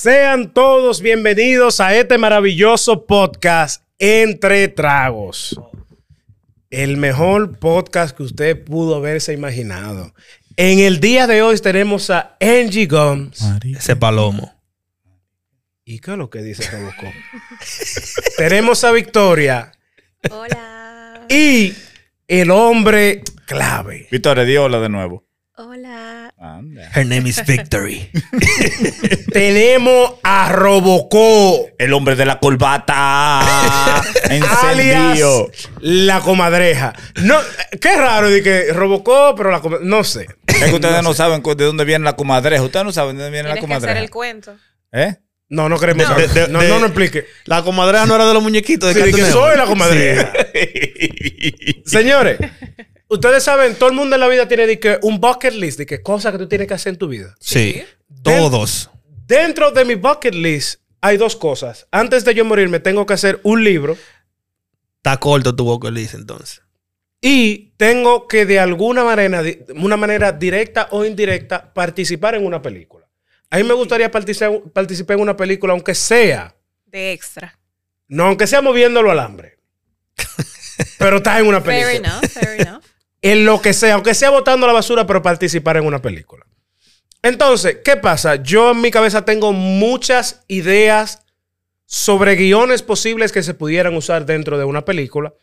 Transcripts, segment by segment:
Sean todos bienvenidos a este maravilloso podcast Entre Tragos. El mejor podcast que usted pudo haberse imaginado. En el día de hoy tenemos a Angie Gomes. Ese palomo. ¿Y qué es lo que dice Robocop? tenemos a Victoria Hola. y el hombre clave. Victoria, di hola de nuevo. Hola. Anda. Her name is Victory. tenemos a Robocop. El hombre de la corbata. alias encendido. la comadreja. No, qué raro de que Robocop, pero la coma- no sé. Es que ustedes no saben cu- de dónde viene la comadreja. Ustedes no saben de dónde viene la Tienes que hacer comadreja. el cuento. ¿Eh? No, no queremos De- saber. de- no, de- no, no explique. La comadreja no era de los muñequitos. De Sí, de Cartoon que Network. soy la comadreja. ¿Eh? Señores, ustedes saben, todo el mundo en la vida tiene de que un bucket list, de que cosas que tú tienes que hacer en tu vida. Sí. Sí. Todos. Dentro de mi bucket list hay dos cosas. Antes de yo morirme, tengo que hacer un libro Está corto tu boca, Liz, entonces. y tengo que de alguna manera, de una manera directa o indirecta, participar en una película. A mí me gustaría partici- participar en una película, aunque sea De extra. No, aunque sea moviéndolo al hambre. pero está en una Fair película. enough, fair enough. En lo que sea, aunque sea botando la basura, pero participar en una película. Entonces, ¿qué pasa? Yo en mi cabeza tengo muchas ideas sobre guiones posibles que se pudieran usar dentro de una película,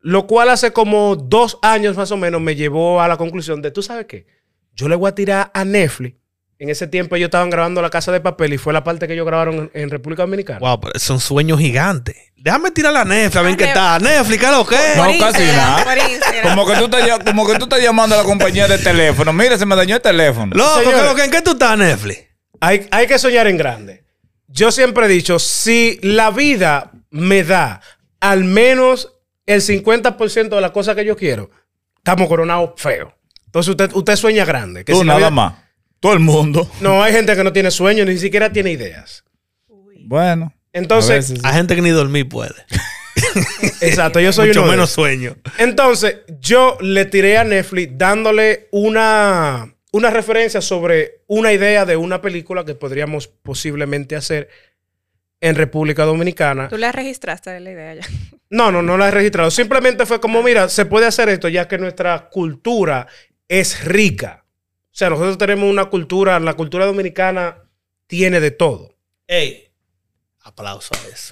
lo cual hace como dos años más o menos me llevó a la conclusión de, ¿tú sabes qué? Yo le voy a tirar a Netflix. En ese tiempo ellos estaban grabando La Casa de Papel y fue la parte que ellos grabaron en, en República Dominicana. Wow, pero son sueños gigantes. Déjame tirar la Netflix a ver Ah, qué ne- está. Netflix, ¿qué es lo que es? No, Por casi Instagram, nada. Por Instagram. Como que, tú estás, ll- como que tú estás llamando a la compañía de teléfono. Mira, se me dañó el teléfono. Loco, ¿qué es Señores. lo que? ¿En qué tú estás, Netflix? Hay, hay que soñar en grande. Yo siempre he dicho, si la vida me da al menos el 50% de las cosas que yo quiero, estamos coronados feo. Entonces usted, usted sueña grande. que tú si la nada vida- más. Todo el mundo. No, hay gente que no tiene sueños, ni siquiera tiene ideas. Uy, Bueno. a Entonces, veces. Hay gente que ni dormir puede. exacto, yo soy Mucho uno de menos esos. sueño. Entonces, yo le tiré a Netflix dándole una, una referencia sobre una idea de una película que podríamos posiblemente hacer en República Dominicana. Tú la registraste la idea ya. No, no, no la he registrado. Simplemente fue como, mira, se puede hacer esto ya que nuestra cultura es rica. O sea, nosotros tenemos una cultura, la cultura dominicana tiene de todo. Ey, aplauso a eso.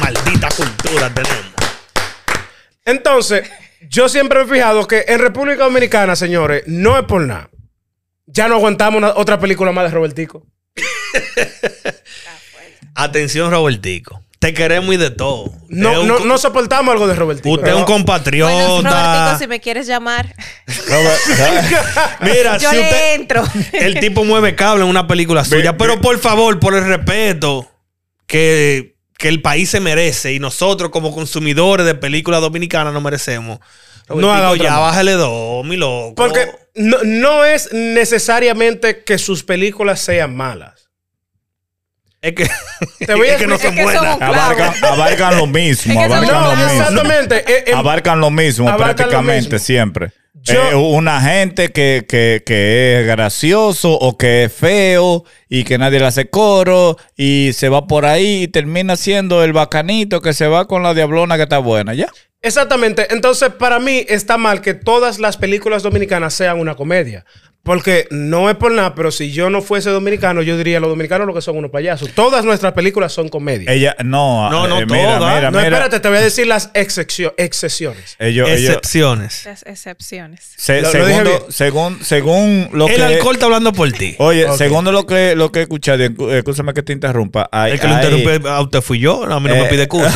Maldita cultura tenemos. Entonces, yo siempre me he fijado que en República Dominicana, señores, no es por nada. Ya no aguantamos una- otra película más de Robertico. Atención, Robertico. Te queremos y de todo. Es No, un no, co- no soportamos algo de Robertico. Usted es un Bueno, Robertico, compatriota. si me quieres llamar, Robert- Mira, yo si le usted, entro. el tipo mueve cable en una película suya, ve. pero por favor, por el respeto que, que el país se merece y nosotros como consumidores de películas dominicanas no merecemos. Robertico, haga otra ya más. bájale dos, mi loco. Porque no, no es necesariamente que sus películas sean malas. es que, Te voy a es que no explicar- son Es que buenas. son un- abarcan, abarcan lo mismo. Es que son- Abarcan No, lo mismo. exactamente. Eh, eh, abarcan lo mismo abarcan lo prácticamente mismo. siempre. Yo- Eh, una gente que, que- que es gracioso o que es feo y que nadie le hace coro y se va por ahí y termina siendo el bacanito que se va con la diablona que está buena, ¿ya? Exactamente. Entonces, para mí está mal que todas las películas dominicanas sean una comedia. Porque no es por nada, pero si yo no fuese dominicano, yo diría los dominicanos lo que son unos payasos. Todas nuestras películas son comedias. Ella, no, eh, No, no, mira, todas. mira, no, mira. espérate, te voy a decir las excepcio- excepciones. Ellos, ellos- excepciones. Las excepciones. se- Lo- lo segundo- dije bien. según, según lo El que... alcohol está hablando por ti. Oye, Ok. según lo que, lo que he escuchado, y escú- escúchame que te interrumpa. hay- El que lo hay- interrumpe a usted fui yo, a mí no me Eh. pide excusa.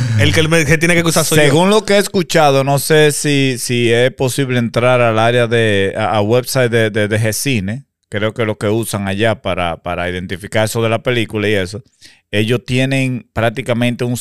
el que, me- que tiene que excusar soy yo. Según lo que he escuchado, no sé si, si es posible entrar al área de, a, a website de, de, de Gcine. Creo que lo que usan allá para, para identificar eso de la película y eso. Ellos tienen prácticamente un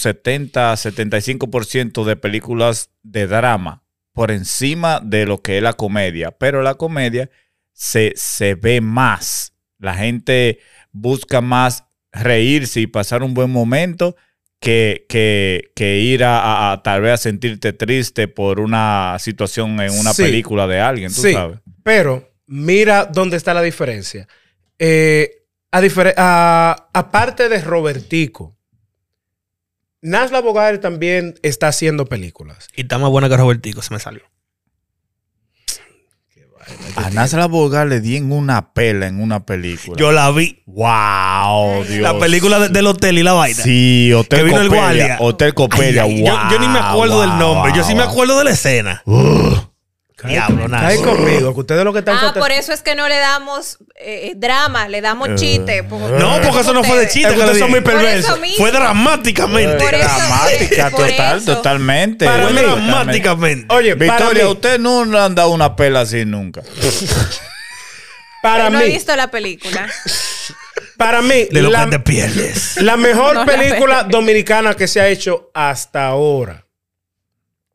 70-75% de películas de drama por encima de lo que es la comedia. Pero la comedia se, se ve más. La gente busca más reírse y pasar un buen momento que, que, que ir a, a- a tal vez a sentirte triste por una situación en una Sí. película de alguien, tú Sí, sabes. pero mira dónde está la diferencia. Eh, a difer- a- aparte de Robertico, Nasla Bogar también está haciendo películas. Y está más buena que Robertico, se me salió. A Nasra Bogar le di en una pela en una película. Yo la vi. wow, Dios. La película de- del hotel y la vaina. Sí, Hotel Que vino el Copelia. guardia. Hotel Copelia, Ay, ay, wow. yo, yo ni me acuerdo del nombre. yo sí me wow. acuerdo de la escena. Diablo, nada. Cae conmigo, que ustedes lo que están Ah, fanta- por eso es que no le damos eh, drama, le damos chiste. Eh, No, porque eso no fue de chiste. Es que que le ustedes son di. muy Por perversos. eso mismo. Fue dramáticamente. Por eso- Dramática, por total, eso. totalmente. Para Fue mí, Totalmente. dramáticamente. Oye, para Victoria, mí, usted no le han dado una pela así nunca. para no he mí, visto la película. para mí, de lo la, que te pierdes. la mejor No la película dominicana que se ha hecho hasta ahora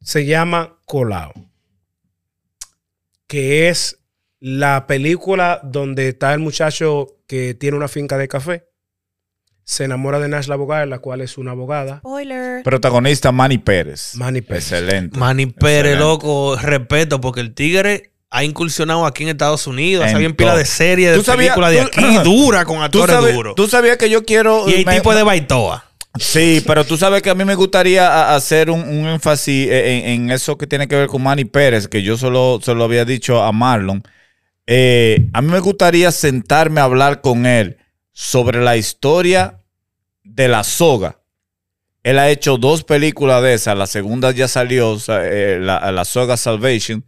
se llama Colao, que es la película donde está el muchacho que tiene una finca de café, se enamora de Nash la abogada, la cual es una abogada, Spoiler. Protagonista Manny Pérez. Manny Pérez. Excelente. Manny Pérez, Excelente. loco, respeto, porque el tigre ha incursionado aquí en Estados Unidos. En Sabía en pila todo. de series, ¿Tú de sabías- películas de tú- aquí, dura, con ¿Tú actores sabes, duros. tú sabías que yo quiero. Y el me- tipo de Baitoa. Sí, pero tú sabes que a mí me gustaría a- hacer un, un énfasis e, en, en eso que tiene que ver con Manny Pérez, que yo solo se lo había dicho a Marlon. Eh, a mí me gustaría sentarme a hablar con él sobre la historia de la soga. Él ha hecho dos películas de esas. La segunda ya salió, o sea, eh, la, la soga Salvation.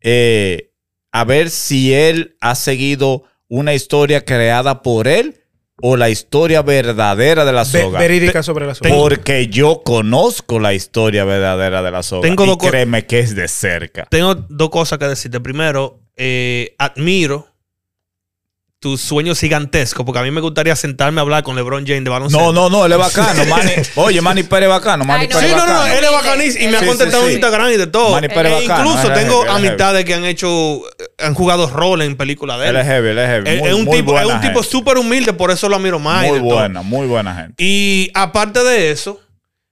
Eh, a ver si él ha seguido una historia creada por él o la historia verdadera de la Ve- soga. verídica sobre la soga. Porque yo conozco la historia verdadera de la soga. Tengo y dos co- créeme que es de cerca. Tengo dos cosas que decirte. Primero, eh, admiro tus sueños gigantescos, porque a mí me gustaría sentarme a hablar con LeBron James de No, baloncesto. no, no, él es bacano. Manny- oye, Manny Pérez es bacano. Manny Ay, no. Pérez Sí, es no, no, bacano. él es bacanísimo y me ha Sí, contestado sí, sí. en Instagram y de todo. Manny Pérez E es bacano, incluso es heavy, tengo es heavy. amistades que han hecho, eh, han jugado rol en películas de Él él. es heavy, él es heavy. Es- Muy- es un muy tipo, es buena un tipo gente. súper humilde, por eso lo admiro más. y Muy de todo. buena, muy buena gente. Y aparte de eso,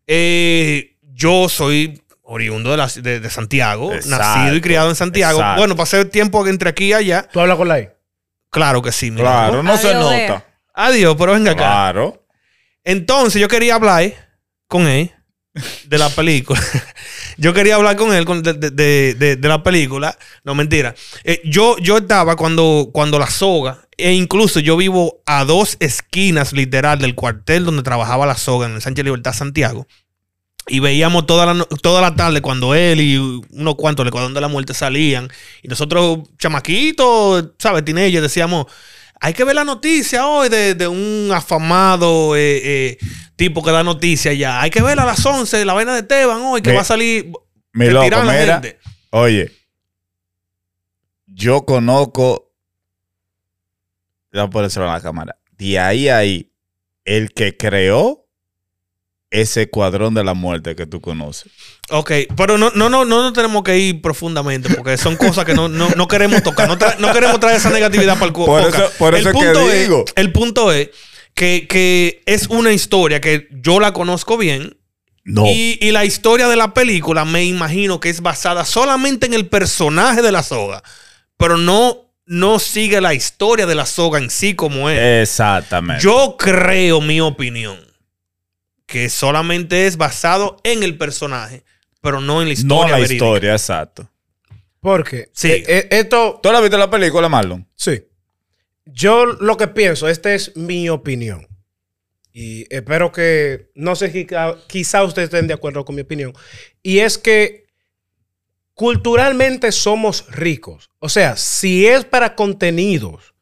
eh, yo soy oriundo de, la- de- de Santiago, Exacto, nacido y criado en Santiago. exacto. Bueno, pasé tiempo entre aquí y allá. ¿Tú hablas con la I? Claro que sí, mi Claro, loco. no se Adiós, eh. nota. Adiós, pero venga acá. Claro. Entonces yo quería hablar con él de la película. yo quería hablar con él con- de, de- de- de- de la película. No, mentira. Eh, yo, yo estaba cuando, cuando la soga, e incluso yo vivo a dos esquinas literal del cuartel donde trabajaba la soga en el Sánchez Libertad Santiago. Y veíamos toda la, no- toda la tarde cuando él y unos cuantos del Escuadrón de la Muerte salían. Y nosotros, chamaquitos, ¿sabes? Tinellos, decíamos, hay que ver la noticia hoy de, de un afamado eh, eh, tipo que da noticia ya. Hay que verla a las 11, la vaina de Teban hoy, que Mi- va a salir Mi Te loco, tiraron la mira. gente. Oye, yo conozco. Voy a ponérselo en la cámara. De ahí a ahí, el que creó ese escuadrón de la muerte que tú conoces. Ok, pero no, no, no, no, no tenemos que ir profundamente porque son cosas que no, no, no queremos tocar. No, tra- no queremos traer esa negatividad para el cuerpo. Por eso- por eso es que digo. El punto es que, que es una historia que yo la conozco bien No. y, y la historia de la película me imagino que es basada solamente en el personaje de la soga, pero no, no sigue la historia de la soga en sí como es. Exactamente. Yo creo, mi opinión, que solamente es basado en el personaje, pero no en la historia. no la verídica. historia, exacto. Porque Sí. eh, eh, esto ¿Tú la viste la película, Marlon? Sí. Yo lo que pienso, esta es mi opinión. Y espero que, no sé, si ca- quizá ustedes estén de acuerdo con mi opinión. Y es que culturalmente somos ricos. O sea, si es para contenidos,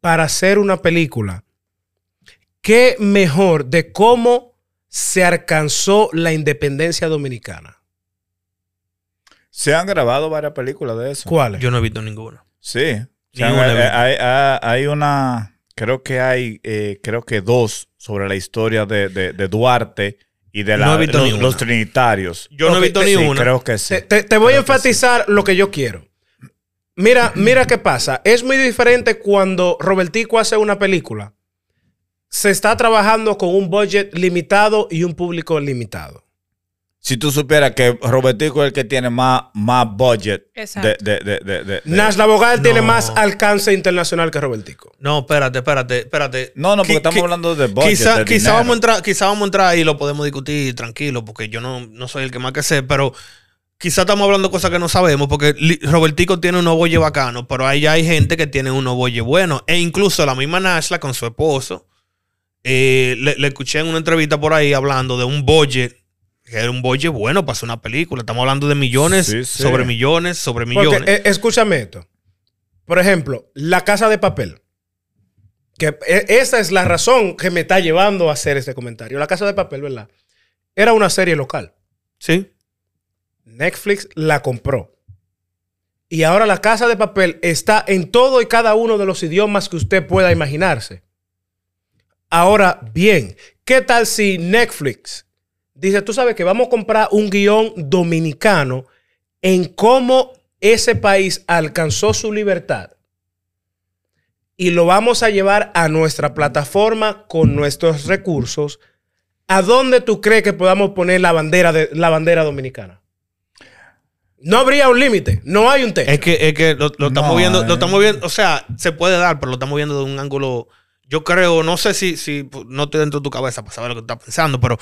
para hacer una película, qué mejor de cómo se alcanzó la independencia dominicana. Se han grabado varias películas de eso. ¿Cuál? Yo no he visto ninguna. Sí. Ni O sea, una hay, vez. hay- hay- hay una, creo que hay, eh, creo que dos sobre la historia de, de- de Duarte y de la- No he visto los, ni una. los trinitarios. Yo no Ok, he visto te- ni Sí, una. creo que sí. Te, te- te voy a Creo que enfatizar lo que yo quiero. Mira, mira qué pasa. Es muy diferente cuando Robertico hace una película. Se está trabajando con un budget limitado y un público limitado. Si tú supieras que Robertico es el que tiene más, más budget. Exacto. De, de, de, de- de- de- Nash la abogada tiene Eh, No. más alcance internacional que Robertico. No, espérate, espérate, espérate. No, no, porque Qui- estamos qui- hablando de budget, Quizá, de quizá dinero. vamos a entrar, quizá vamos a entrar ahí y lo podemos discutir tranquilo, porque yo no, no soy el que más que sé, pero quizá estamos hablando cosas que no sabemos, porque Li- Robertico tiene un oboye bacano, pero ahí ya hay gente que tiene un oboye bueno. E incluso la misma Nashla con su esposo, eh, le, le escuché en una entrevista por ahí hablando de un boye. Que era un boye bueno para hacer una película. Estamos hablando de millones, Sí, sí. sobre millones, sobre millones. Porque, eh, escúchame esto. Por ejemplo, La Casa de Papel. Que eh, esa es la razón que me está llevando a hacer este comentario. La Casa de Papel, ¿verdad? Era una serie local. sí. Netflix la compró. Y ahora la casa de papel está en todo y cada uno de los idiomas que usted pueda imaginarse. Ahora bien, ¿qué tal si Netflix dice, tú sabes que vamos a comprar un guión dominicano en cómo ese país alcanzó su libertad? Y lo vamos a llevar a nuestra plataforma con nuestros recursos. ¿A dónde tú crees que podamos poner la bandera, de, la bandera dominicana? No habría un límite, no hay un techo. Es que, es que lo, lo estamos No, viendo, eh. lo estamos viendo, o sea, se puede dar, pero lo estamos viendo de un ángulo. Yo creo, no sé si, si pues, no estoy dentro de tu cabeza para saber lo que estás pensando, pero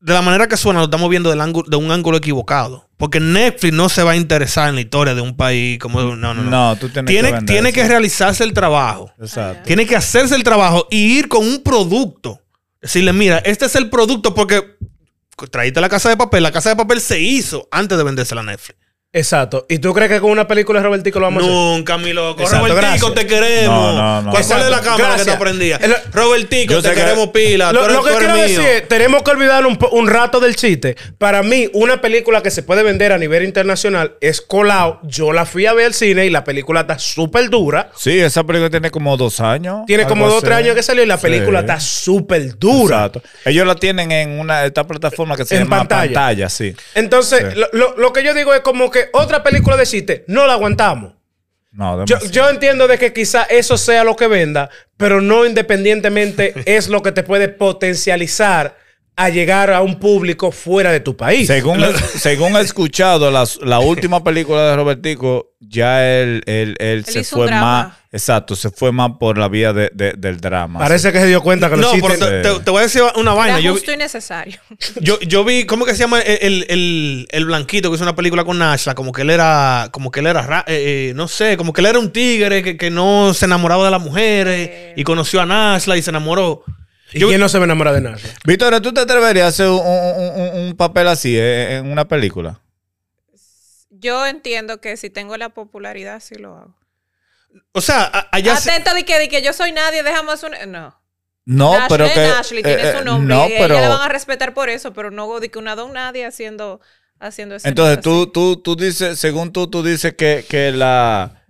de la manera que suena, lo estamos viendo del ángulo, de un ángulo equivocado. Porque Netflix no se va a interesar en la historia de un país como. No, no, no. No, tú tienes tiene que vender tiene que eso. realizarse el trabajo. Exacto. Tiene que hacerse el trabajo y ir con un producto. Decirle, mira, este es el producto porque traíste la casa de papel. La casa de papel se hizo antes de venderse la Netflix. Exacto. ¿Y tú crees que con una película de Robertico lo vamos a hacer? Nunca, mi loco. Exacto, Robertico, gracias. te queremos. No, no, no. ¿Cuál Exacto, es la cámara gracias. que te aprendía? El- Robertico, Yo te sé que- queremos pila. Lo, tú eres, lo que tú eres quiero mío. decir es, tenemos que olvidar un, po- un rato del chiste. Para mí, una película que se puede vender a nivel internacional es Colao. Yo la fui a ver al cine y la película está súper dura. Sí, esa película tiene como dos años. Tiene como algo dos o tres así. años que salió y la película Sí. está súper dura. Exacto. Ellos la tienen en una esta plataforma que se En llama pantalla. pantalla. sí. Entonces, Sí. lo, lo- lo que yo digo es como que otra película de chiste no la aguantamos. No, Yo, demasiado. yo entiendo de que quizá eso sea lo que venda, pero no independientemente es lo que te puede potencializar a llegar a un público fuera de tu país. según, según he escuchado, las- la, última película de Robertico, ya él, él- él se hizo fue un drama. más. Exacto, se fue más por la vía de- de- del drama. Parece que se dio cuenta que los No, pero chistes- te, te- te voy a decir una Era vaina. Yo, justo y necesario. yo, yo vi, ¿cómo que se llama el, el- el- el blanquito que hizo una película con Nashla? Como que él era, como que él era, ra- eh, eh, no sé, como que él era un tigre que, que no se enamoraba de las mujeres y conoció a Nashla y se enamoró. ¿Y Yo- quién no se me enamora de nada? Víctor, ¿tú te atreverías a hacer un, un- un- un papel así eh, en una película? Yo entiendo que si tengo la popularidad, sí lo hago. O sea, a- allá se- Atento de que, de que yo soy nadie, déjame hacer un... No. No, Ashley, pero que. Ashley, tiene eh, su eh, nombre. no, y pero. Ella la van a respetar por eso, pero no de que una don nadie haciendo, haciendo escenas Entonces, tú, así. tú, tú dices, según tú, tú dices que, que la.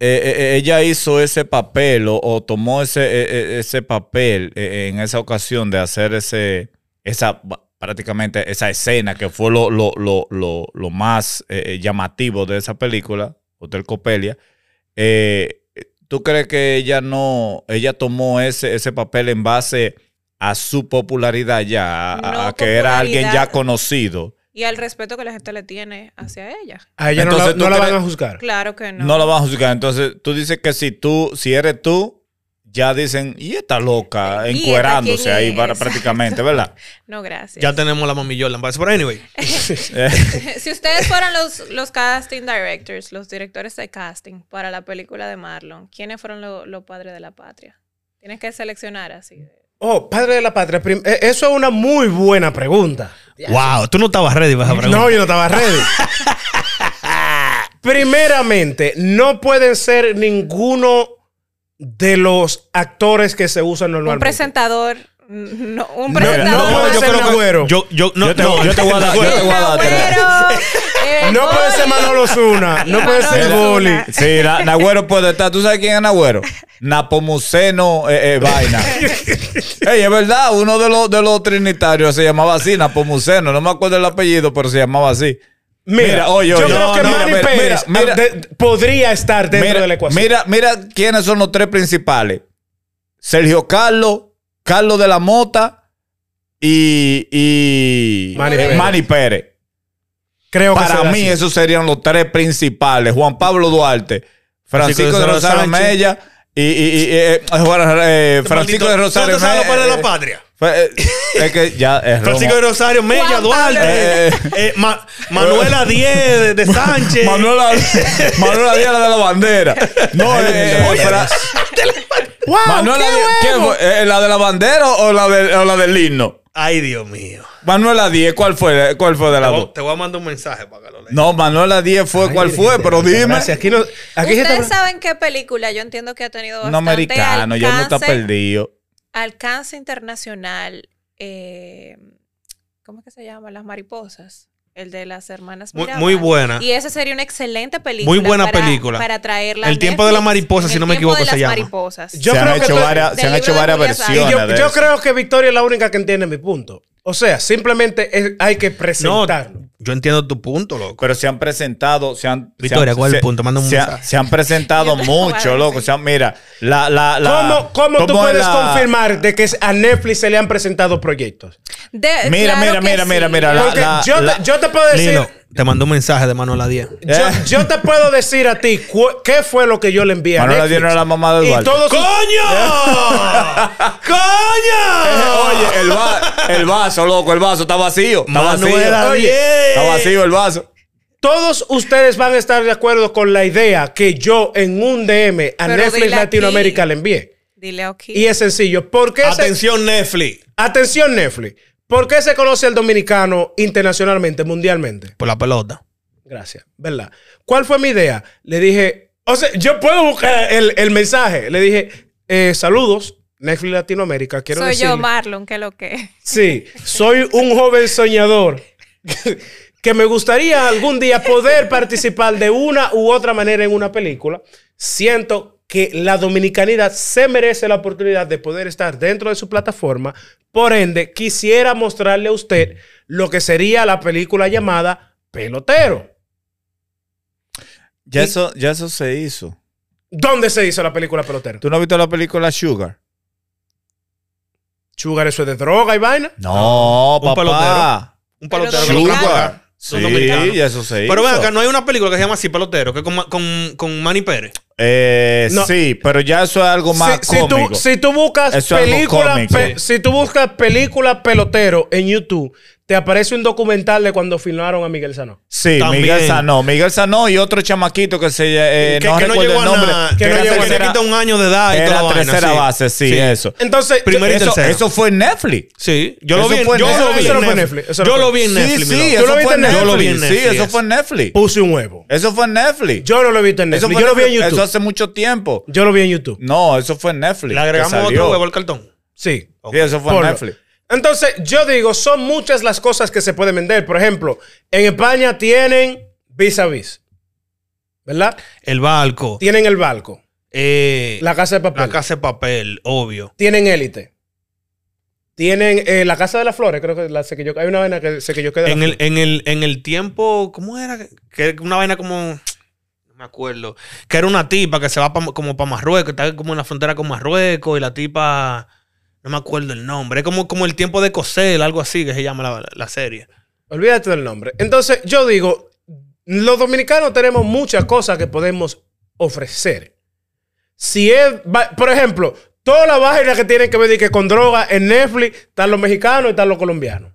eh, eh, ella hizo ese papel o, o tomó ese, eh, eh, ese papel eh, en esa ocasión de hacer ese. Esa, ba- prácticamente esa escena que fue lo, lo, lo, lo, lo más eh, eh, llamativo de esa película, Hotel Copelia. Eh, ¿Tú crees que ella no. Ella tomó ese, ese papel en base a su popularidad ya, a, a- a No, que era alguien ya popularidad. conocido? Y al respeto que la gente le tiene hacia ella. A ella no Entonces, la- ¿tú no la, crees- van a juzgar. Claro que no. No, la van a juzgar. Entonces, tú dices que si tú, si eres tú, ya dicen, y esta loca, ¿Y esta encuerándose quién ahí es? para, prácticamente, ¿verdad? No, gracias. ya tenemos la mami Jordan. Pero anyway. Eh, si ustedes fueran los, los casting directors, los directores de casting para la película de Marlon, ¿quiénes fueron lo- los padres de la patria? Tienes que seleccionar así. Oh, padre de la patria. prim- eh, Eso es una muy buena pregunta. Wow, tú no estabas ready para esa pregunta. No, yo no estaba ready. Primeramente, no pueden ser ninguno de los actores que se usan Un normalmente. presentador. No, un No, presentador. no puede yo ser creo que- Nagüero. Yo, yo, no, Yo te- no, yo te voy a dar- yo te voy a dar tres. Agüero, eh, No puede ser Gol. Manolo Zuna. No puede ser Manolo Goli. Zuna. Sí, na- Nagüero puede estar. ¿Tú sabes quién es Nagüero? Napomuceno eh, eh, Vaina. Ey, es verdad, uno de los, de los trinitarios se llamaba así, Napomuceno. No me acuerdo el apellido, pero se llamaba así. Mira, Mira, oye, yo oye, creo no, que no, Manny mira, Pérez mira, mira. ah, de- podría estar dentro Mira, de la ecuación. mira, mira quiénes son los tres principales. Sergio Carlos, Carlos de la Mota y, y Manny Pérez. Manny Pérez. Creo que Para será mí así. esos serían los tres principales. Juan Pablo Duarte, Francisco de Rosario Sánchez. Mella y, y- y, eh, eh, Francisco de Rosario ¿Dónde salen los padres de la eh, patria? fue- eh, es que ya es Francisco de Roma. Rosario, Mella, Juan Duarte, Pablo. eh, eh, Ma- Manuela 10 de, de Sánchez. Manuela, Manuela Díaz la de la bandera. No, eh, eh, Fra- ¡Wow! Manuela qué Díaz- ¿quién huevo! fue? Eh, ¿La de la bandera o la, del- o la del himno? Ay, Dios mío. Manuela 10, ¿cuál fue? ¿Cuál fue de Te las voy, dos? te voy a mandar un mensaje para que lo leas. No, Manuela 10 fue, Ay, ¿cuál Virgen fue? de Pero Dios, dime. gracias. Aquí no, aquí se Ustedes está- saben qué película yo entiendo que ha tenido Un bastante americano, ya no está alcance- perdido. alcance internacional. eh, ¿Cómo es que se llama? Las mariposas. El de las hermanas Muy- Mirabal. muy buena. Y esa sería una excelente película. Muy buena para- película. Para traerla. a El tiempo de la Netflix. mariposa, si El no me tiempo equivoco, de se las llama. mariposas. Yo se han creo que hecho tú- varias, se del han hecho libro de varias Julia Sáenz. Y versiones. yo, de yo eso. creo que Victoria es la única que entiende mi punto. O sea, simplemente es- hay que No, presentarlo. yo entiendo tu punto, loco. Pero se han presentado, se han. Victoria, se han- ¿cuál es el se- punto? Manda un se, mensaje. se han presentado Yo- mucho, Vale, loco. sí. O sea, mira, la, la, la- ¿Cómo, cómo tú es puedes la- confirmar de que a Netflix se le han presentado proyectos? De- Mira, mira, claro que mira, sí. mira, mira, La- Porque la- yo, la- te, yo te puedo decir, Lilo, te mandó un mensaje de Manuela 10. yo, Eh. yo te puedo decir a ti cu- qué fue lo que yo le envié a Manuela Netflix. Díaz no era la mamá de y Duarte. todos sus- ¡Coño! Eh, ¡Coño! Oye, el, va- el vaso, loco, el vaso está vacío. Está Manuela vacío. Oye, Díaz. está vacío el vaso. Todos ustedes van a estar de acuerdo con la idea que yo en un DM a Pero Netflix dile aquí. Latinoamérica le envié. Dile a Oki. Y es sencillo. ¿Por qué se- Atención, Netflix. atención Netflix. ¿Por qué se conoce el dominicano internacionalmente, mundialmente? Por la pelota. Gracias, ¿verdad? ¿Cuál fue mi idea? Le dije, o sea, yo puedo buscar el, el mensaje. Le dije, eh, saludos, Netflix Latinoamérica, quiero Soy decir. yo, Marlon, que lo que. Sí, soy un joven soñador que me gustaría algún día poder participar de una u otra manera en una película. Siento que la dominicanidad se merece la oportunidad de poder estar dentro de su plataforma. Por ende, quisiera mostrarle a usted lo que sería la película llamada Pelotero. Ya eso, ya eso se hizo. ¿Dónde se hizo la película Pelotero? ¿Tú no has visto la película Sugar? ¿Sugar eso es de droga y vaina? No, Un papá. Un Pero pelotero. que lo Sugar. traga. Sí, Un dominicano. ya eso se hizo. Pero ven acá, no hay una película que se llama así, pelotero, que con, Ma- con, con Manny Pérez. Eh, No. Sí, pero ya eso es algo más si, si cómico. tú, si tú buscas Eso es algo película, cómico. pe- si tú buscas película pelotero en YouTube, te aparece un documental de cuando filmaron a Miguel Sano. Sí, También. Miguel Sanó. Miguel Sanó y otro chamaquito que se eh, que, no que recuerdo llegó el a nombre. nada, que Que no le llegó a tercera, nada. quita un año de edad y era toda la vaina, tercera sí. base, sí, eso. Entonces, Primero y yo- Eso, tercero. eso fue en Netflix. Sí, yo lo Eso vi en fue en yo lo vi Netflix. en Eso no fue en Netflix. Netflix, eso no Yo fue lo vi en Sí, Netflix. sí, mi ¿Tú loco. lo eso viste fue en en Netflix. Netflix? Yo lo vi en Sí, Netflix. eso fue en Netflix. puse un huevo. Eso fue en Netflix. Yo no lo he visto en Eso Netflix. fue Yo lo vi en Netflix. Eso YouTube. hace mucho tiempo. Yo lo vi en YouTube. No, eso fue en Netflix. Le que agregamos salió. otro huevo al cartón. Sí. Sí, eso fue en Ponlo. Netflix. Entonces, yo digo, son muchas las cosas que se pueden vender. Por ejemplo, en España tienen vis a vis. ¿Verdad? El barco. Tienen el barco, eh, la casa de papel. la casa de papel, obvio. tienen élite. Tienen eh, la Casa de las Flores, creo que la sé que yo. Hay una vaina que sé que yo queda. En el, en, el, en el tiempo, ¿cómo era? Que era una vaina como. No me acuerdo. Que era una tipa que se va pa- como para Marruecos, está como en la frontera con Marruecos y la tipa. No me acuerdo el nombre. Es como, como el tiempo de Cosel, algo así que se llama la, la serie. Olvídate del nombre. Entonces, yo digo, los dominicanos tenemos muchas cosas que podemos ofrecer. Si es, va- por ejemplo, toda la vaina que tienen que ver y que con droga en Netflix, están los mexicanos y están los colombianos.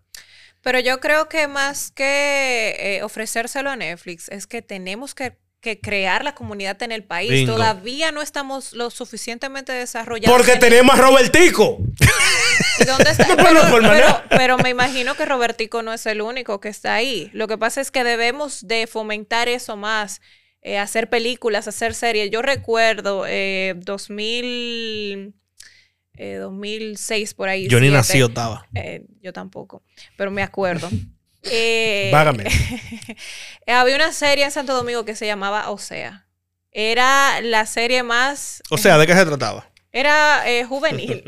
Pero yo creo que más que eh, ofrecérselo a Netflix, es que tenemos que, que crear la comunidad en el país. Bingo. Todavía no estamos lo suficientemente desarrollados. Porque en- tenemos a Robertico. ¿Y dónde está? No, Pero, no, por pero, maná. pero me imagino que Robertico no es el único que está ahí. Lo que pasa es que debemos de fomentar eso más, eh, hacer películas, hacer series. Yo recuerdo eh, 2000, eh, 2006 por ahí. Yo ni siete. nací, estaba. Eh, yo tampoco, pero me acuerdo. Eh, Vágame. había una serie en Santo Domingo que se llamaba Osea. Era la serie más O sea, ¿de qué se trataba? era eh, juvenil.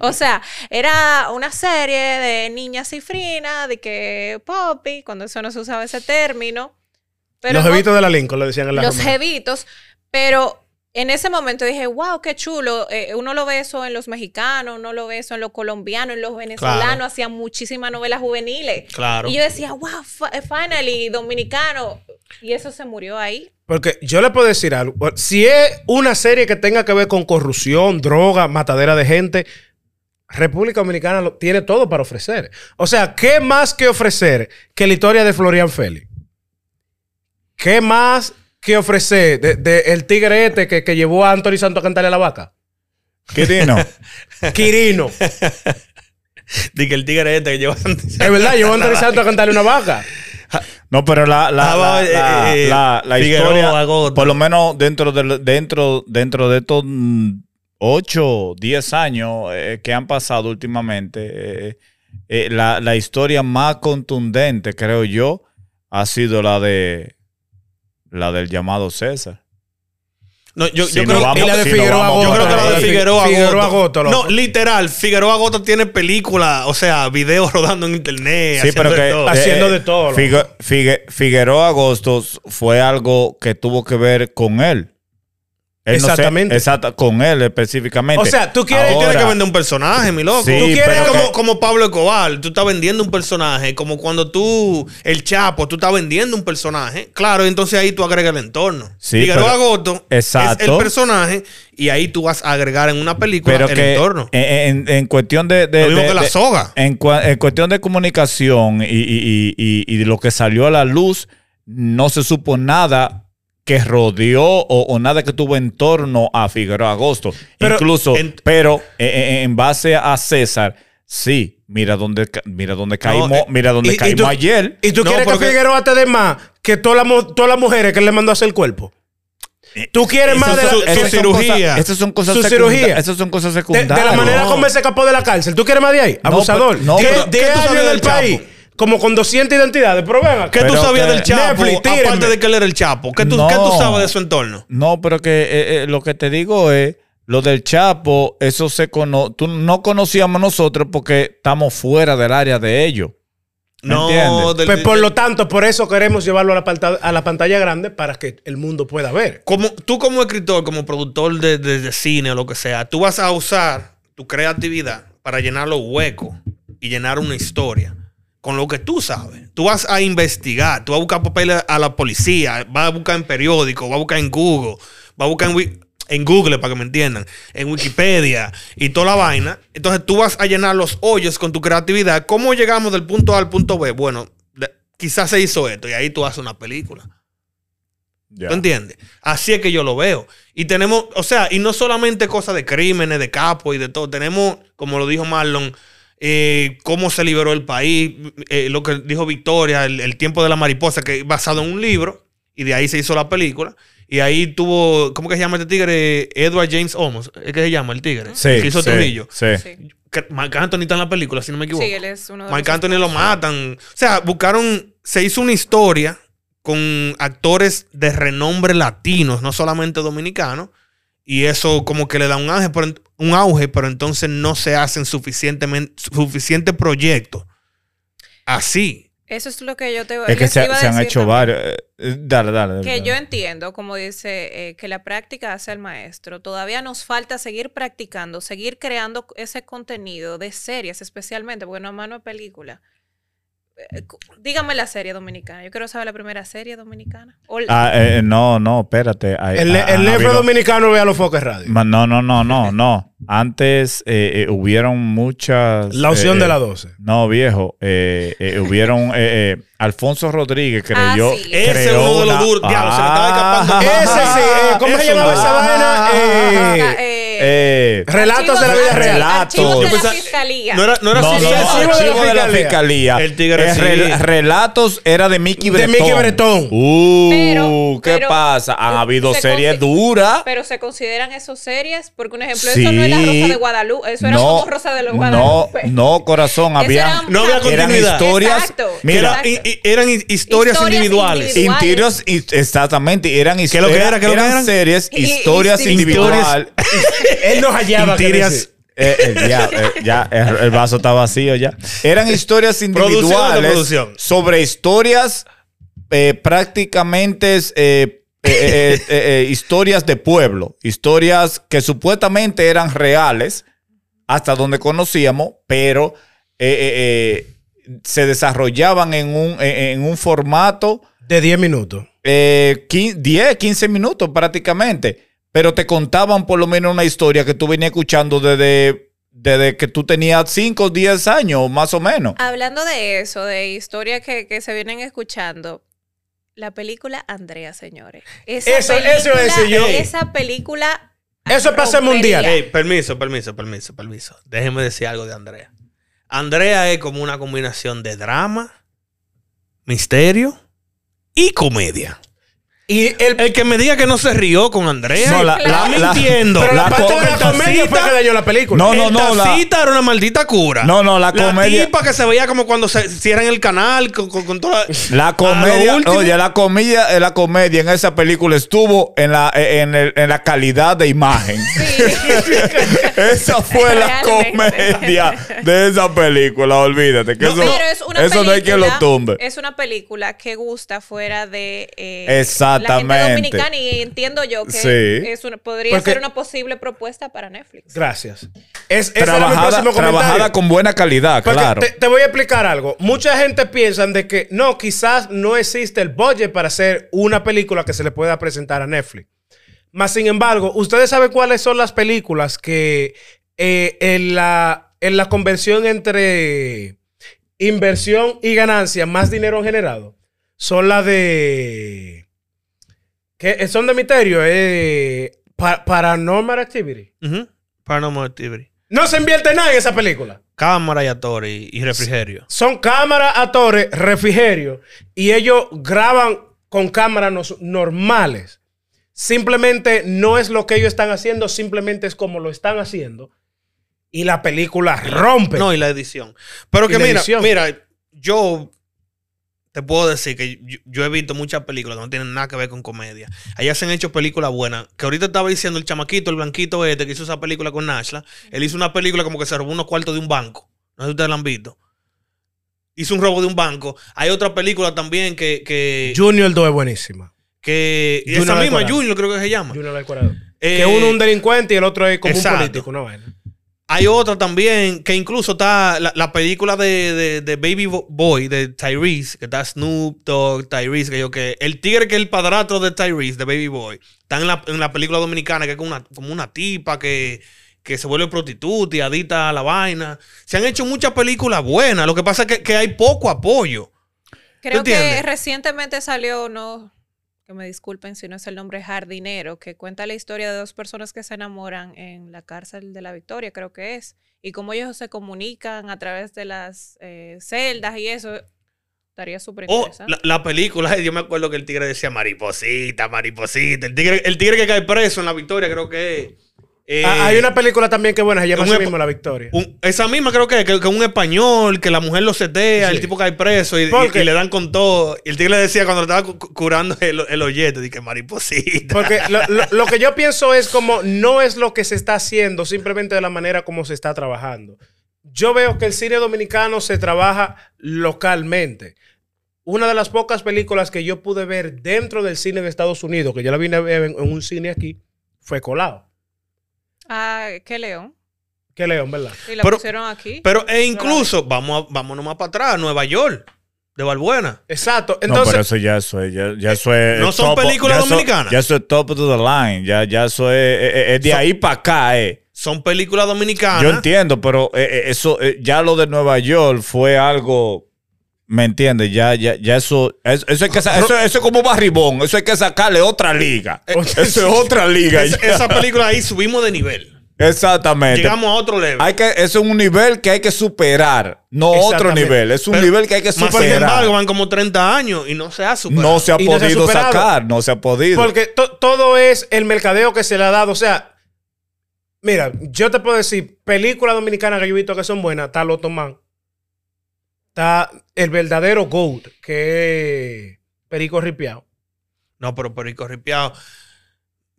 o sea, era una serie de niña cifrina, de que poppy, cuando eso no se usaba ese término. Pero los no- jevitos de la Lincoln, le decían en la los romana. jevitos, pero en ese momento dije, wow, qué chulo. Eh, uno lo ve eso en los mexicanos, uno lo ve eso en los colombianos, en los venezolanos, Claro. hacían muchísimas novelas juveniles. Claro. Y yo decía, wow, fi- eh, finally, dominicano. Y eso se murió ahí. Porque yo le puedo decir algo. Bueno, Si es una serie que tenga que ver con corrupción, droga, matadera de gente, República Dominicana lo- tiene todo para ofrecer. O sea, ¿qué más que ofrecer que la historia de Florian Félix? ¿Qué más que ofrecer de, de el tigre este que, que llevó a Anthony Santo a cantarle a la vaca? Quirino, Quirino. De que el tigre este que lleva antes. Es verdad, llevó a Anthony Santo a cantarle una vaca. no, pero la, la, Ah, va, la, la- eh, eh, la- la Figueroa, historia, Gota. por lo menos dentro de, dentro, dentro de estos 8, 10 años eh, que han pasado últimamente, eh, eh, la, la historia más contundente, creo yo, ha sido la de la del llamado César. No, yo, Si yo no creo, vamos- Y la de si no Figueroa vamos- yo creo que la de Fi- Figueroa, Figueroa Goto. Goto, loco. No, literal, Figueroa Goto tiene películas, o sea, videos rodando en internet. Sí, pero haciendo de que eh, todo. Así- Haciendo de todo, loco. Figue- Figue- Figueroa Agostos fue algo que tuvo que ver con él. Él no sé- Exactamente. exacta- con él específicamente. O sea, tú quieres- Él tiene Ahora- que vender un personaje, mi loco. Sí, Tú quieres pero como, que- como Pablo Escobar, tú estás vendiendo un personaje. Como cuando tú, el Chapo, tú estás vendiendo un personaje. Claro, entonces ahí tú agregas el entorno. Sí, Figueroa pero- Goto Exacto. es el personaje y ahí tú vas a agregar en una película pero el que entorno. en, en- en cuestión de, de- Lo mismo de- que la de- soga. en, cua- en cuestión de comunicación y, y- y- y- y lo que salió a la luz, no se supo nada que rodeó o, o nada que tuvo en torno a Figueroa Agosto. Pero Incluso, en- pero eh, eh, en base a César, sí, mira dónde, ca- mira dónde caímos, eh, mira dónde y- y caímos tú- ayer. ¿Y tú No, quieres porque- que Figueroa te dé más que todas las mu- todas las mujeres que él le mandó a hacer el cuerpo? ¿Tú quieres más de la, su- que- Esas son cirugía. cosas- Esas son cosas Su secunda- cirugía. Esas son cosas De, de secundarias. la manera No. como él se escapó de la cárcel. ¿Tú quieres más de ahí? No, Abusador. pero- no, ¿Qué, pero- ¿qué ¿qué tú años sabías en del el Chapo? país? Como con 200 identidades. Pero ven acá. ¿Qué tú Pero sabías que- del Chapo? Netflix, aparte tírenme. de que él era el Chapo. ¿Qué tú, qué tú No. sabes de su entorno? No, pero que eh, eh, lo que te digo es, lo del Chapo, eso se cono tú no conocíamos nosotros porque estamos fuera del área de ellos. ¿Me entiendes? del- Pues por lo tanto, por eso queremos llevarlo a la, panta- a la pantalla grande para que el mundo pueda ver. como, tú como escritor, como productor de, de- de cine o lo que sea, tú vas a usar tu creatividad para llenar los huecos y llenar una historia con lo que tú sabes. Tú vas a investigar, tú vas a buscar papeles a la policía, vas a buscar en periódicos, vas a buscar en Google, vas a buscar en, Wi- en Google, para que me entiendan, en Wikipedia y toda la vaina. Entonces tú vas a llenar los hoyos con tu creatividad. ¿Cómo llegamos del punto A al punto B? Bueno, de- quizás se hizo esto y ahí tú haces una película. ¿Tú entiendes? Así es que yo lo veo. Y tenemos, o sea, y no solamente cosas de crímenes, de capos y de todo. Tenemos, como lo dijo Marlon, eh, cómo se liberó el país, eh, lo que dijo Victoria, el, el tiempo de la mariposa, que es basado en un libro, y de ahí se hizo la película. Y ahí tuvo, ¿cómo que se llama este tigre? Edward James Olmos. ¿Es que se llama el tigre? El que hizo Trujillo. Sí. Sí. Que Marc Anthony está en la película, si no me equivoco. Ah, Sí, él es uno de Marc los- Anthony lo matan. O sea, buscaron, se hizo una historia con actores de renombre latinos, no solamente dominicanos, y eso como que le da un auge, pero, un auge, pero entonces no se hacen suficientemente suficientes proyectos. Así. Eso es lo que yo te Es que les se, iba a se han decir hecho también. varios. eh, eh, Dale, dale. dale, Que dale. yo entiendo, como dice, eh, que la práctica hace el maestro. Todavía nos falta seguir practicando, seguir creando ese contenido de series, especialmente, porque no mano de película. Eh, cu- Dígame la serie dominicana. Yo quiero saber la primera serie dominicana. O la- Ah, eh, eh, no, no, espérate. Hay- El, ah, ha- el ha negro habido- dominicano ve a los foques radio. Ma- No, no, no, no, no. Antes eh, eh, hubieron muchas. La opción eh, de eh, la 12. No, viejo. eh, eh, hubieron. eh, eh, Alfonso Rodríguez Ah, creyó. Ah. sí. Ese es uno de los duros. Diablo, se me estaba escapando. Ese sí. eh, ¿Cómo se Eso llamaba no. esa vaina? Eh, Ah, eh, Eh, relatos de la archivos- vida real. archivos Relatos. de Yo la pensaba- fiscalía. No era, no era No, así, no, sí, sí, archivo de archivo de la la fiscalía. El tigre Es sí. rel- Relatos era de Mickey De Bretón. Mickey Bretón. Uh, Pero- ¿qué pero- pasa? Han se habido consi- series duras. Pero se consideran esos series, porque un ejemplo, eso no es la Sí. Rosa de Guadalupe, eso era como Rosa de los no, Guadalupe. no, corazón, Eso había era un No había cambio. continuidad. eran historias. Exacto, mira, Era- y- y- eran hi- historias, Historias individuales. individuales. historios y- exactamente, eran lo historias, que era, qué lo que eran eran? series, Y- y- historias historias- individuales. Él nos hallaba. que Interias. decir. Eh, eh, ya, eh, ya, el, el vaso está vacío ya. Eran historias Producción o no individuales producción. sobre historias eh, prácticamente eh, eh, eh, eh, eh, eh, historias de pueblo, historias que supuestamente eran reales hasta donde conocíamos, pero eh, eh, eh, se desarrollaban en un, eh, en un formato De 10 minutos. eh, quin- 10, 15 minutos prácticamente, pero te contaban por lo menos una historia que tú venías escuchando desde, desde que tú tenías 5 o 10 años, más o menos. Hablando de eso, de historias que, que se vienen escuchando, la película Andrea, señores. Esa Eso- eso iba a decir yo. Esa película. Eso pasa mundial. rompería. Ey, permiso, permiso, permiso, permiso. Déjeme decir algo de Andrea. Andrea es como una combinación de drama, misterio y comedia. Y el El que me diga que no se rió con Andrea, No, la- la- la, la- mintiendo. Pero la, la parte co- de la el comedia fue que tacita- dañó la película. No, el no, no, la- tacita era una maldita cura. No, no, la La comedia. tipa que se veía como cuando se cierran el canal con, con- con toda La A lo comedia, último- oye, la comedia, eh, la comedia en esa película estuvo en la, eh, en el- en la calidad de imagen. Sí. esa fue la Realmente. comedia de esa película, olvídate. Que No, eso, pero es una eso no hay película- quien lo tumbe. Es una película que gusta fuera de eh, la Exactamente. gente dominicana y entiendo yo que Sí. es una- podría Porque- ser una posible propuesta para Netflix. Gracias. Es, ese era mi Trabajada, próximo comentario. trabajada con buena calidad, Porque claro. te, te voy a explicar algo. Mucha gente piensa de que no, quizás no existe el budget para hacer una película que se le pueda presentar a Netflix. Más sin embargo, ustedes saben cuáles son las películas que eh, en, la, en la convención entre inversión y ganancia más dinero han generado. Son las de. que son de misterio, eh, pa- Paranormal Activity. Ujú. Paranormal Activity. No se invierte nada en esa película. Cámara y actor y, y refrigerio. Son cámaras a torres, refrigerio, y ellos graban con cámaras nos- normales. Simplemente no es lo que ellos están haciendo, simplemente es como lo están haciendo. Y la película rompe. No, y la edición. Pero Y que la mira, edición. mira, yo te puedo decir que yo, yo he visto muchas películas que no tienen nada que ver con comedia. Allá se han hecho películas buenas. Que ahorita estaba diciendo el chamaquito, el blanquito este que hizo esa película con Nashla. Él hizo una película como que se robó unos cuartos de un banco. No sé si ustedes la han visto. Hizo un robo de un banco. Hay otra película también que. que, Junior 2 es buenísima. que y Junior esa del misma, Coral. Junior, creo que se llama. Junior del Cuadrado. Eh, que uno es un delincuente y el otro es como exacto. un político, una vaina. Hay otra también que incluso está la, la película de, de- de Baby Bo- Boy, de Tyrese, que está Snoop Dogg, Tyrese, que yo que el tigre que es el padrastro de Tyrese, de Baby Boy, está en la, en la película dominicana, que es como una, como una tipa que, que se vuelve prostituta y adicta a la vaina. Se han hecho muchas películas buenas, lo que pasa es que, que hay poco apoyo. Creo que entiendes? recientemente salió, no, que me disculpen si no es el nombre Jardinero, que cuenta la historia de dos personas que se enamoran en la cárcel de la Victoria, creo que es, y cómo ellos se comunican a través de las eh, celdas y eso. Estaría súper O interesante. la, la película, yo me acuerdo que el tigre decía mariposita, mariposita, el tigre, el tigre que cae preso en la victoria, creo que es. Eh, Ah, hay una película también que es buena, se llama un así epo- mismo La Victoria. Un- esa misma creo que, que, que un español, que la mujer lo setea, Sí. el tipo cae preso y, y- Porque- y le dan con todo. Y el tigre le decía cuando lo estaba cu- cu- curando el, el oyete, dije, mariposita. Porque lo, lo- lo que yo pienso es como no es lo que se está haciendo, simplemente de la manera como se está trabajando. Yo veo que el cine dominicano se trabaja localmente. Una de las pocas películas que yo pude ver dentro del cine de Estados Unidos, que yo la vine a ver en, en un cine aquí, fue Colado. Ah, qué león. Qué león, ¿verdad? Y la Pero- pusieron aquí. Pero e incluso, vamos a- vámonos más para atrás, Nueva York, de Balbuena. Exacto. no, Entonces, pero eso ya, eso es, ya, ya eso es eh, No son películas ya eso- dominicanas. ya eso es top to the line. Ya, ya eso es, eh, eh, es de Son- ahí para acá, eh. Son películas dominicanas. Yo entiendo, pero eh, eh, eso eh, ya lo de Nueva York fue algo. ¿Me entiendes? Ya, ya, ya eso, eso, eso es que sa- eso, eso es como barribón, eso hay que sacarle otra liga. Eh, Eso es otra liga. Es- ya. esa película ahí subimos de nivel. Exactamente. Llegamos a otro level. Hay que, eso es un nivel que hay que superar, no otro Exactamente. nivel. Es un Pero- nivel que hay que Más sin embargo, superar. van como 30 años y no se ha superado. No se ha Y no se ha podido superado. sacar, no se ha podido. Porque to- todo es el mercadeo que se le ha dado. O sea, mira, yo te puedo decir, películas dominicanas que yo he visto que son buenas, está Lo Tomán. Está el verdadero GOAT, que es Perico Ripiao. No, pero Perico Ripiao.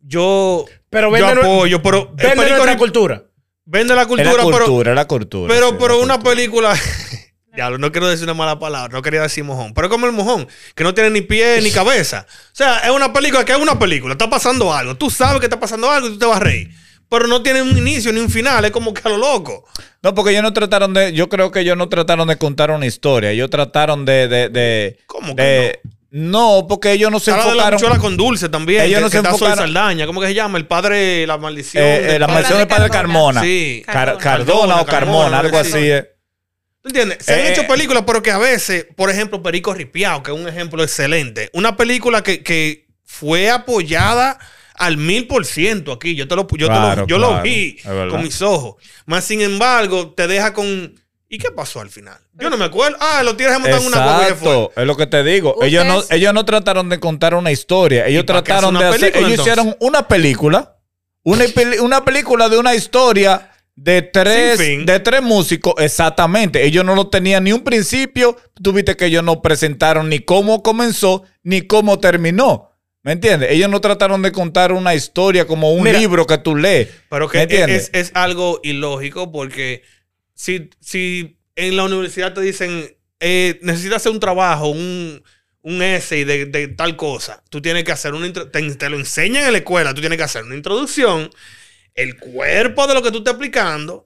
Yo, Pero yo vende, nue- apoyo, pero el vende Perico nuestra Ri- cultura. Vende la Es cultura, la pero, cultura, es la cultura. pero, sí, pero la una cultura. película. Diablo, no quiero decir una mala palabra, no quería decir mojón. Pero es como el mojón, que no tiene ni pie ni cabeza. O sea, es una película que es una película, está pasando algo. Tú sabes que está pasando algo y tú te vas a reír. Pero no tiene un inicio ni un final, es como que a lo loco. No, porque ellos no trataron de. Yo creo que ellos no trataron de contar una historia. Ellos trataron de. de, de ¿Cómo que de- no? porque ellos no se Se habla de la enfocaron. eh, bichuela con dulce también. Ellos que, no que se está Zoe enfocaron- Saldaña. ¿Cómo que se llama? El padre, la maldición. Eh, eh, del la padre. maldición del padre Carmona. Sí. Car- Cardona. Cardona Cardona, o Carmona, Carmona, algo algo así. así. eh. ¿Tú entiendes? Se han Eh, hecho eh. películas, pero que a veces, por ejemplo, Perico Ripiao, que es un ejemplo excelente. Una película que, que fue apoyada al mil por ciento aquí. Yo, te lo, yo, te lo- Claro, yo claro, lo vi es verdad. con mis ojos. Más sin embargo, te deja con. ¿Y qué pasó al final? Yo no me acuerdo. Ah, lo tiras a montar en una guagua y se fue. Exacto, es lo que te digo. Ellos no, Ustedes- ellos no trataron de contar una historia. Ellos ¿Y para qué trataron de hacer una hacer. película, ellos entonces? hicieron una película. Una, peli- una película de una historia de tres, Sin fin. de tres músicos. Exactamente. Ellos no lo tenían ni un principio. Tuviste que ellos no presentaron ni cómo comenzó ni cómo terminó. ¿Me entiendes? Ellos no trataron de contar una historia como un Mira. libro que tú lees. Pero ¿Me que entiendes? es, es algo ilógico porque si, si en la universidad te dicen eh, necesitas hacer un trabajo, un, un essay de, de tal cosa, tú tienes que hacer una intro- te, te lo enseñan en la escuela, tú tienes que hacer una introducción, el cuerpo de lo que tú estás explicando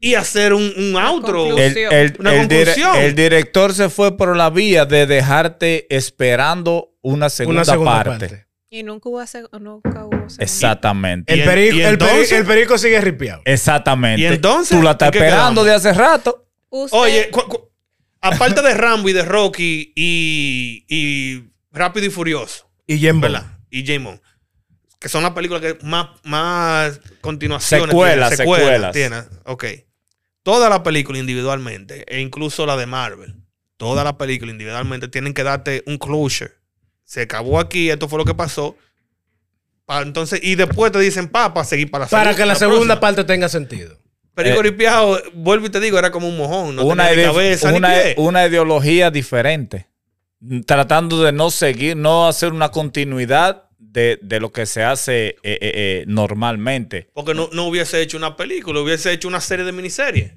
y hacer un, un outro. conclusión. el, el- Una el dire- conclusión. el director se fue por la vía de dejarte esperando una segunda, una segunda parte. parte. Y nunca hubo, seg- nunca hubo segunda. Exactamente. El, ¿Y en- perico, y el, peri- entonces? Eh, el perico sigue ripiado. Exactamente. ¿Y entonces? Tú la estás ¿En qué esperando quedamos? de hace rato. Usted- Oye, cu- cu- aparte de Rambo y de Rocky y, y Rápido y Furioso. Y Jembo. ¿verdad? Y Jamon. Que son las películas que más, más continuaciones. Secuelas, tienen, secuelas. tienen. Ok. Toda la película individualmente, e incluso la de Marvel, toda la película individualmente tienen que darte un closure. Se acabó aquí, esto fue lo que pasó. Pa- entonces, y después te dicen, pa, para seguir para la Para segu- que la segunda próxima". parte tenga sentido. Perico Eh. Ripiao, vuelvo y te digo, era como un mojón. No una, tenía ni ide- cabeza, una- e- ni pie. una ideología diferente. Tratando de no seguir, no hacer una continuidad de, de lo que se hace eh, eh, eh, normalmente. Porque no, no hubiese hecho una película, hubiese hecho una serie de miniseries.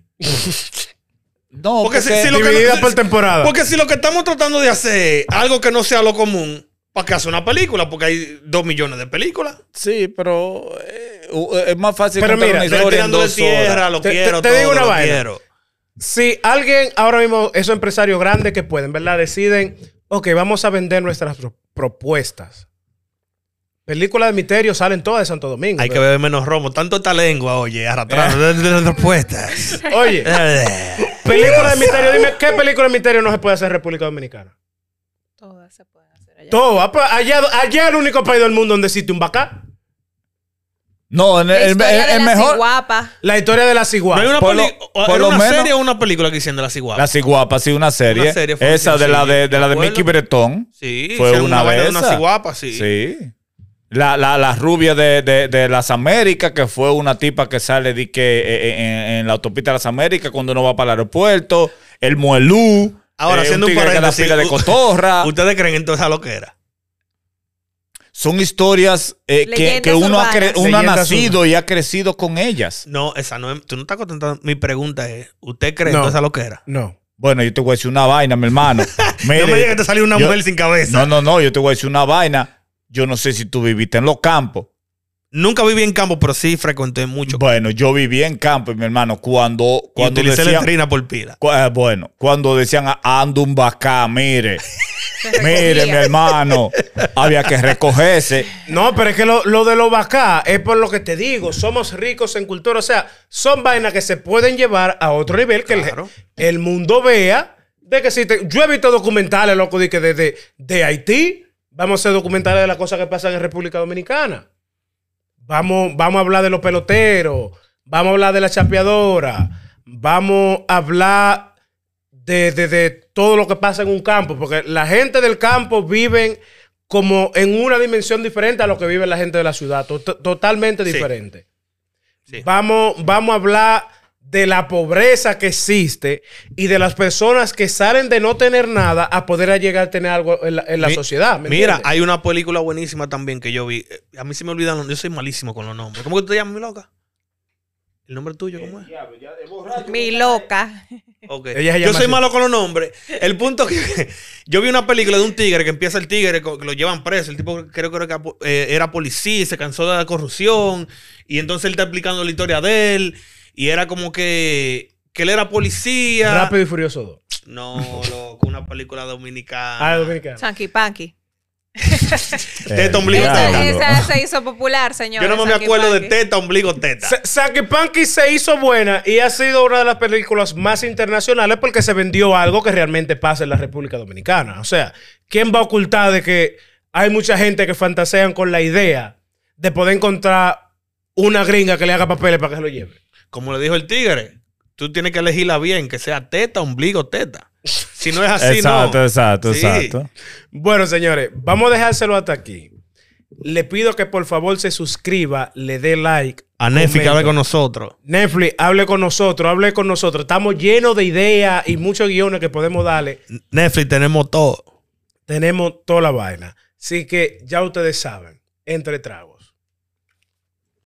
No, Porque si- si lo que- Dividida por temporada. Porque si lo que estamos tratando de hacer es algo que no sea lo común, ¿para qué hacer una película? Porque hay dos millones de películas. sí, pero eh, u- es más fácil Pero contar mira, una estoy historia en tirándole dos tierra, horas. lo Te- te- quiero, te digo todo, una lo vaina. quiero. Si alguien ahora mismo, esos empresarios grandes que pueden, ¿verdad? Deciden, ok, vamos a vender nuestras pro- propuestas. Películas de misterio salen todas de Santo Domingo. Hay que pero- beber menos romo. Tanto esta lengua, oye, arrastrando de de las respuestas. Oye, Eh, películas de misterio, dime, ¿qué película de misterio no se puede hacer en República Dominicana? Todas se pueden hacer allá. Todas. pues, Allá, allá es el único país del mundo donde existe un bacá. No, el, La el- historia el- de el la mejor. Ciguapa. La historia de la ¿No hay ciguana. una, Por lo- peli- o- por era lo una menos- serie o una película que hicieron de la ciguapa? La Ciguapa, sí, una serie. Una serie fue Esa de la sencilla, de, de la de me Mickey acuerdo. Bretón. sí, fue hicieron una de vaina de una esas. ciguapa, sí. Sí. La, la, la rubia de, de- de las Américas, que fue una tipa que sale de que, eh, eh, en, en la autopista de las Américas cuando uno va para el aeropuerto. El Muelú. Eh, Ahora, haciendo un tigre que da paréntesis, pila de u- cotorra. Ah. ¿Ustedes creen entonces a lo que era? Son historias eh, que, Leyendas que uno, ha, urbanas. cre- uno ha Leyendas nacido y ha crecido con ellas. No, esa no es. Tú no estás contentando. Mi pregunta es: ¿Usted cree No. entonces a lo que era? No. Bueno, yo te voy a decir una vaina, mi hermano. Mire, no me digas que te salió una yo- mujer sin cabeza. No, no, no, yo te voy a decir una vaina. Yo no sé si tú viviste en los campos. Nunca viví en campo, pero sí frecuenté mucho. Bueno, yo vivía en campo, y mi hermano, cuando, Y cuando utilicé decían, letrina por pila. cu- eh, bueno, cuando decían "Ah, ando un bacá, mire, Se mire, mi recogía. hermano, había que recogerse. No, pero es que lo, lo de los bacá es por lo que te digo. Somos ricos en cultura. O sea, son vainas que se pueden llevar a otro nivel que el- Claro. el, mundo vea. De que existen. Yo he visto documentales, loco, de que desde de Haití vamos a hacer documentales de las cosas que pasan en República Dominicana. Vamos, vamos a hablar de los peloteros. Vamos a hablar de la chapeadora. Vamos a hablar de, de- de todo lo que pasa en un campo. Porque la gente del campo viven como en una dimensión diferente a lo que vive la gente de la ciudad. to- to- totalmente Sí. diferente. Sí. Vamos, vamos a hablar de la pobreza que existe y de las personas que salen de no tener nada a poder llegar a tener algo en la, en la Mi- sociedad. ¿me Mira, entiendes? hay una película buenísima también que yo vi. Eh, A mí se me olvidan. los- Yo soy malísimo con los nombres. ¿Cómo que tú te llamas, mi loca? ¿El nombre tuyo cómo es? Mi loca. Ok. Ella se yo llama soy así. malo con los nombres. El punto que yo vi una película de un tigre que empieza el tigre, co- que lo llevan preso. El tipo creo, creo que era po- eh, era policía, y se cansó de la corrupción. Y entonces él está explicando la historia de él. Y era como que, que él era policía. Rápido y Furioso 2. No, loco, una película dominicana. Ah, dominicano. Sanky Panky. Teta, ombligo, diablo. Esa, esa se hizo popular, señor. yo no me acuerdo de teta, ombligo, teta. Sa- Saki Panky se hizo buena y ha sido una de las películas más internacionales porque se vendió algo que realmente pasa en la República Dominicana. O sea, ¿quién va a ocultar de que hay mucha gente que fantasean con la idea de poder encontrar una gringa que le haga papeles para que se lo lleve? Como le dijo el tigre, tú tienes que elegirla bien, que sea teta, ombligo, teta. Si no es así, exacto, no. exacto, Sí. exacto. Bueno, señores, vamos a dejárselo hasta aquí. Le pido que por favor se suscriba, le dé like. A Nefi que comente. hable con nosotros. Netflix, hable con nosotros, hable con nosotros. Estamos llenos de ideas y muchos guiones que podemos darle. Netflix tenemos todo. Tenemos toda la vaina. Así que ya ustedes saben, entre tragos.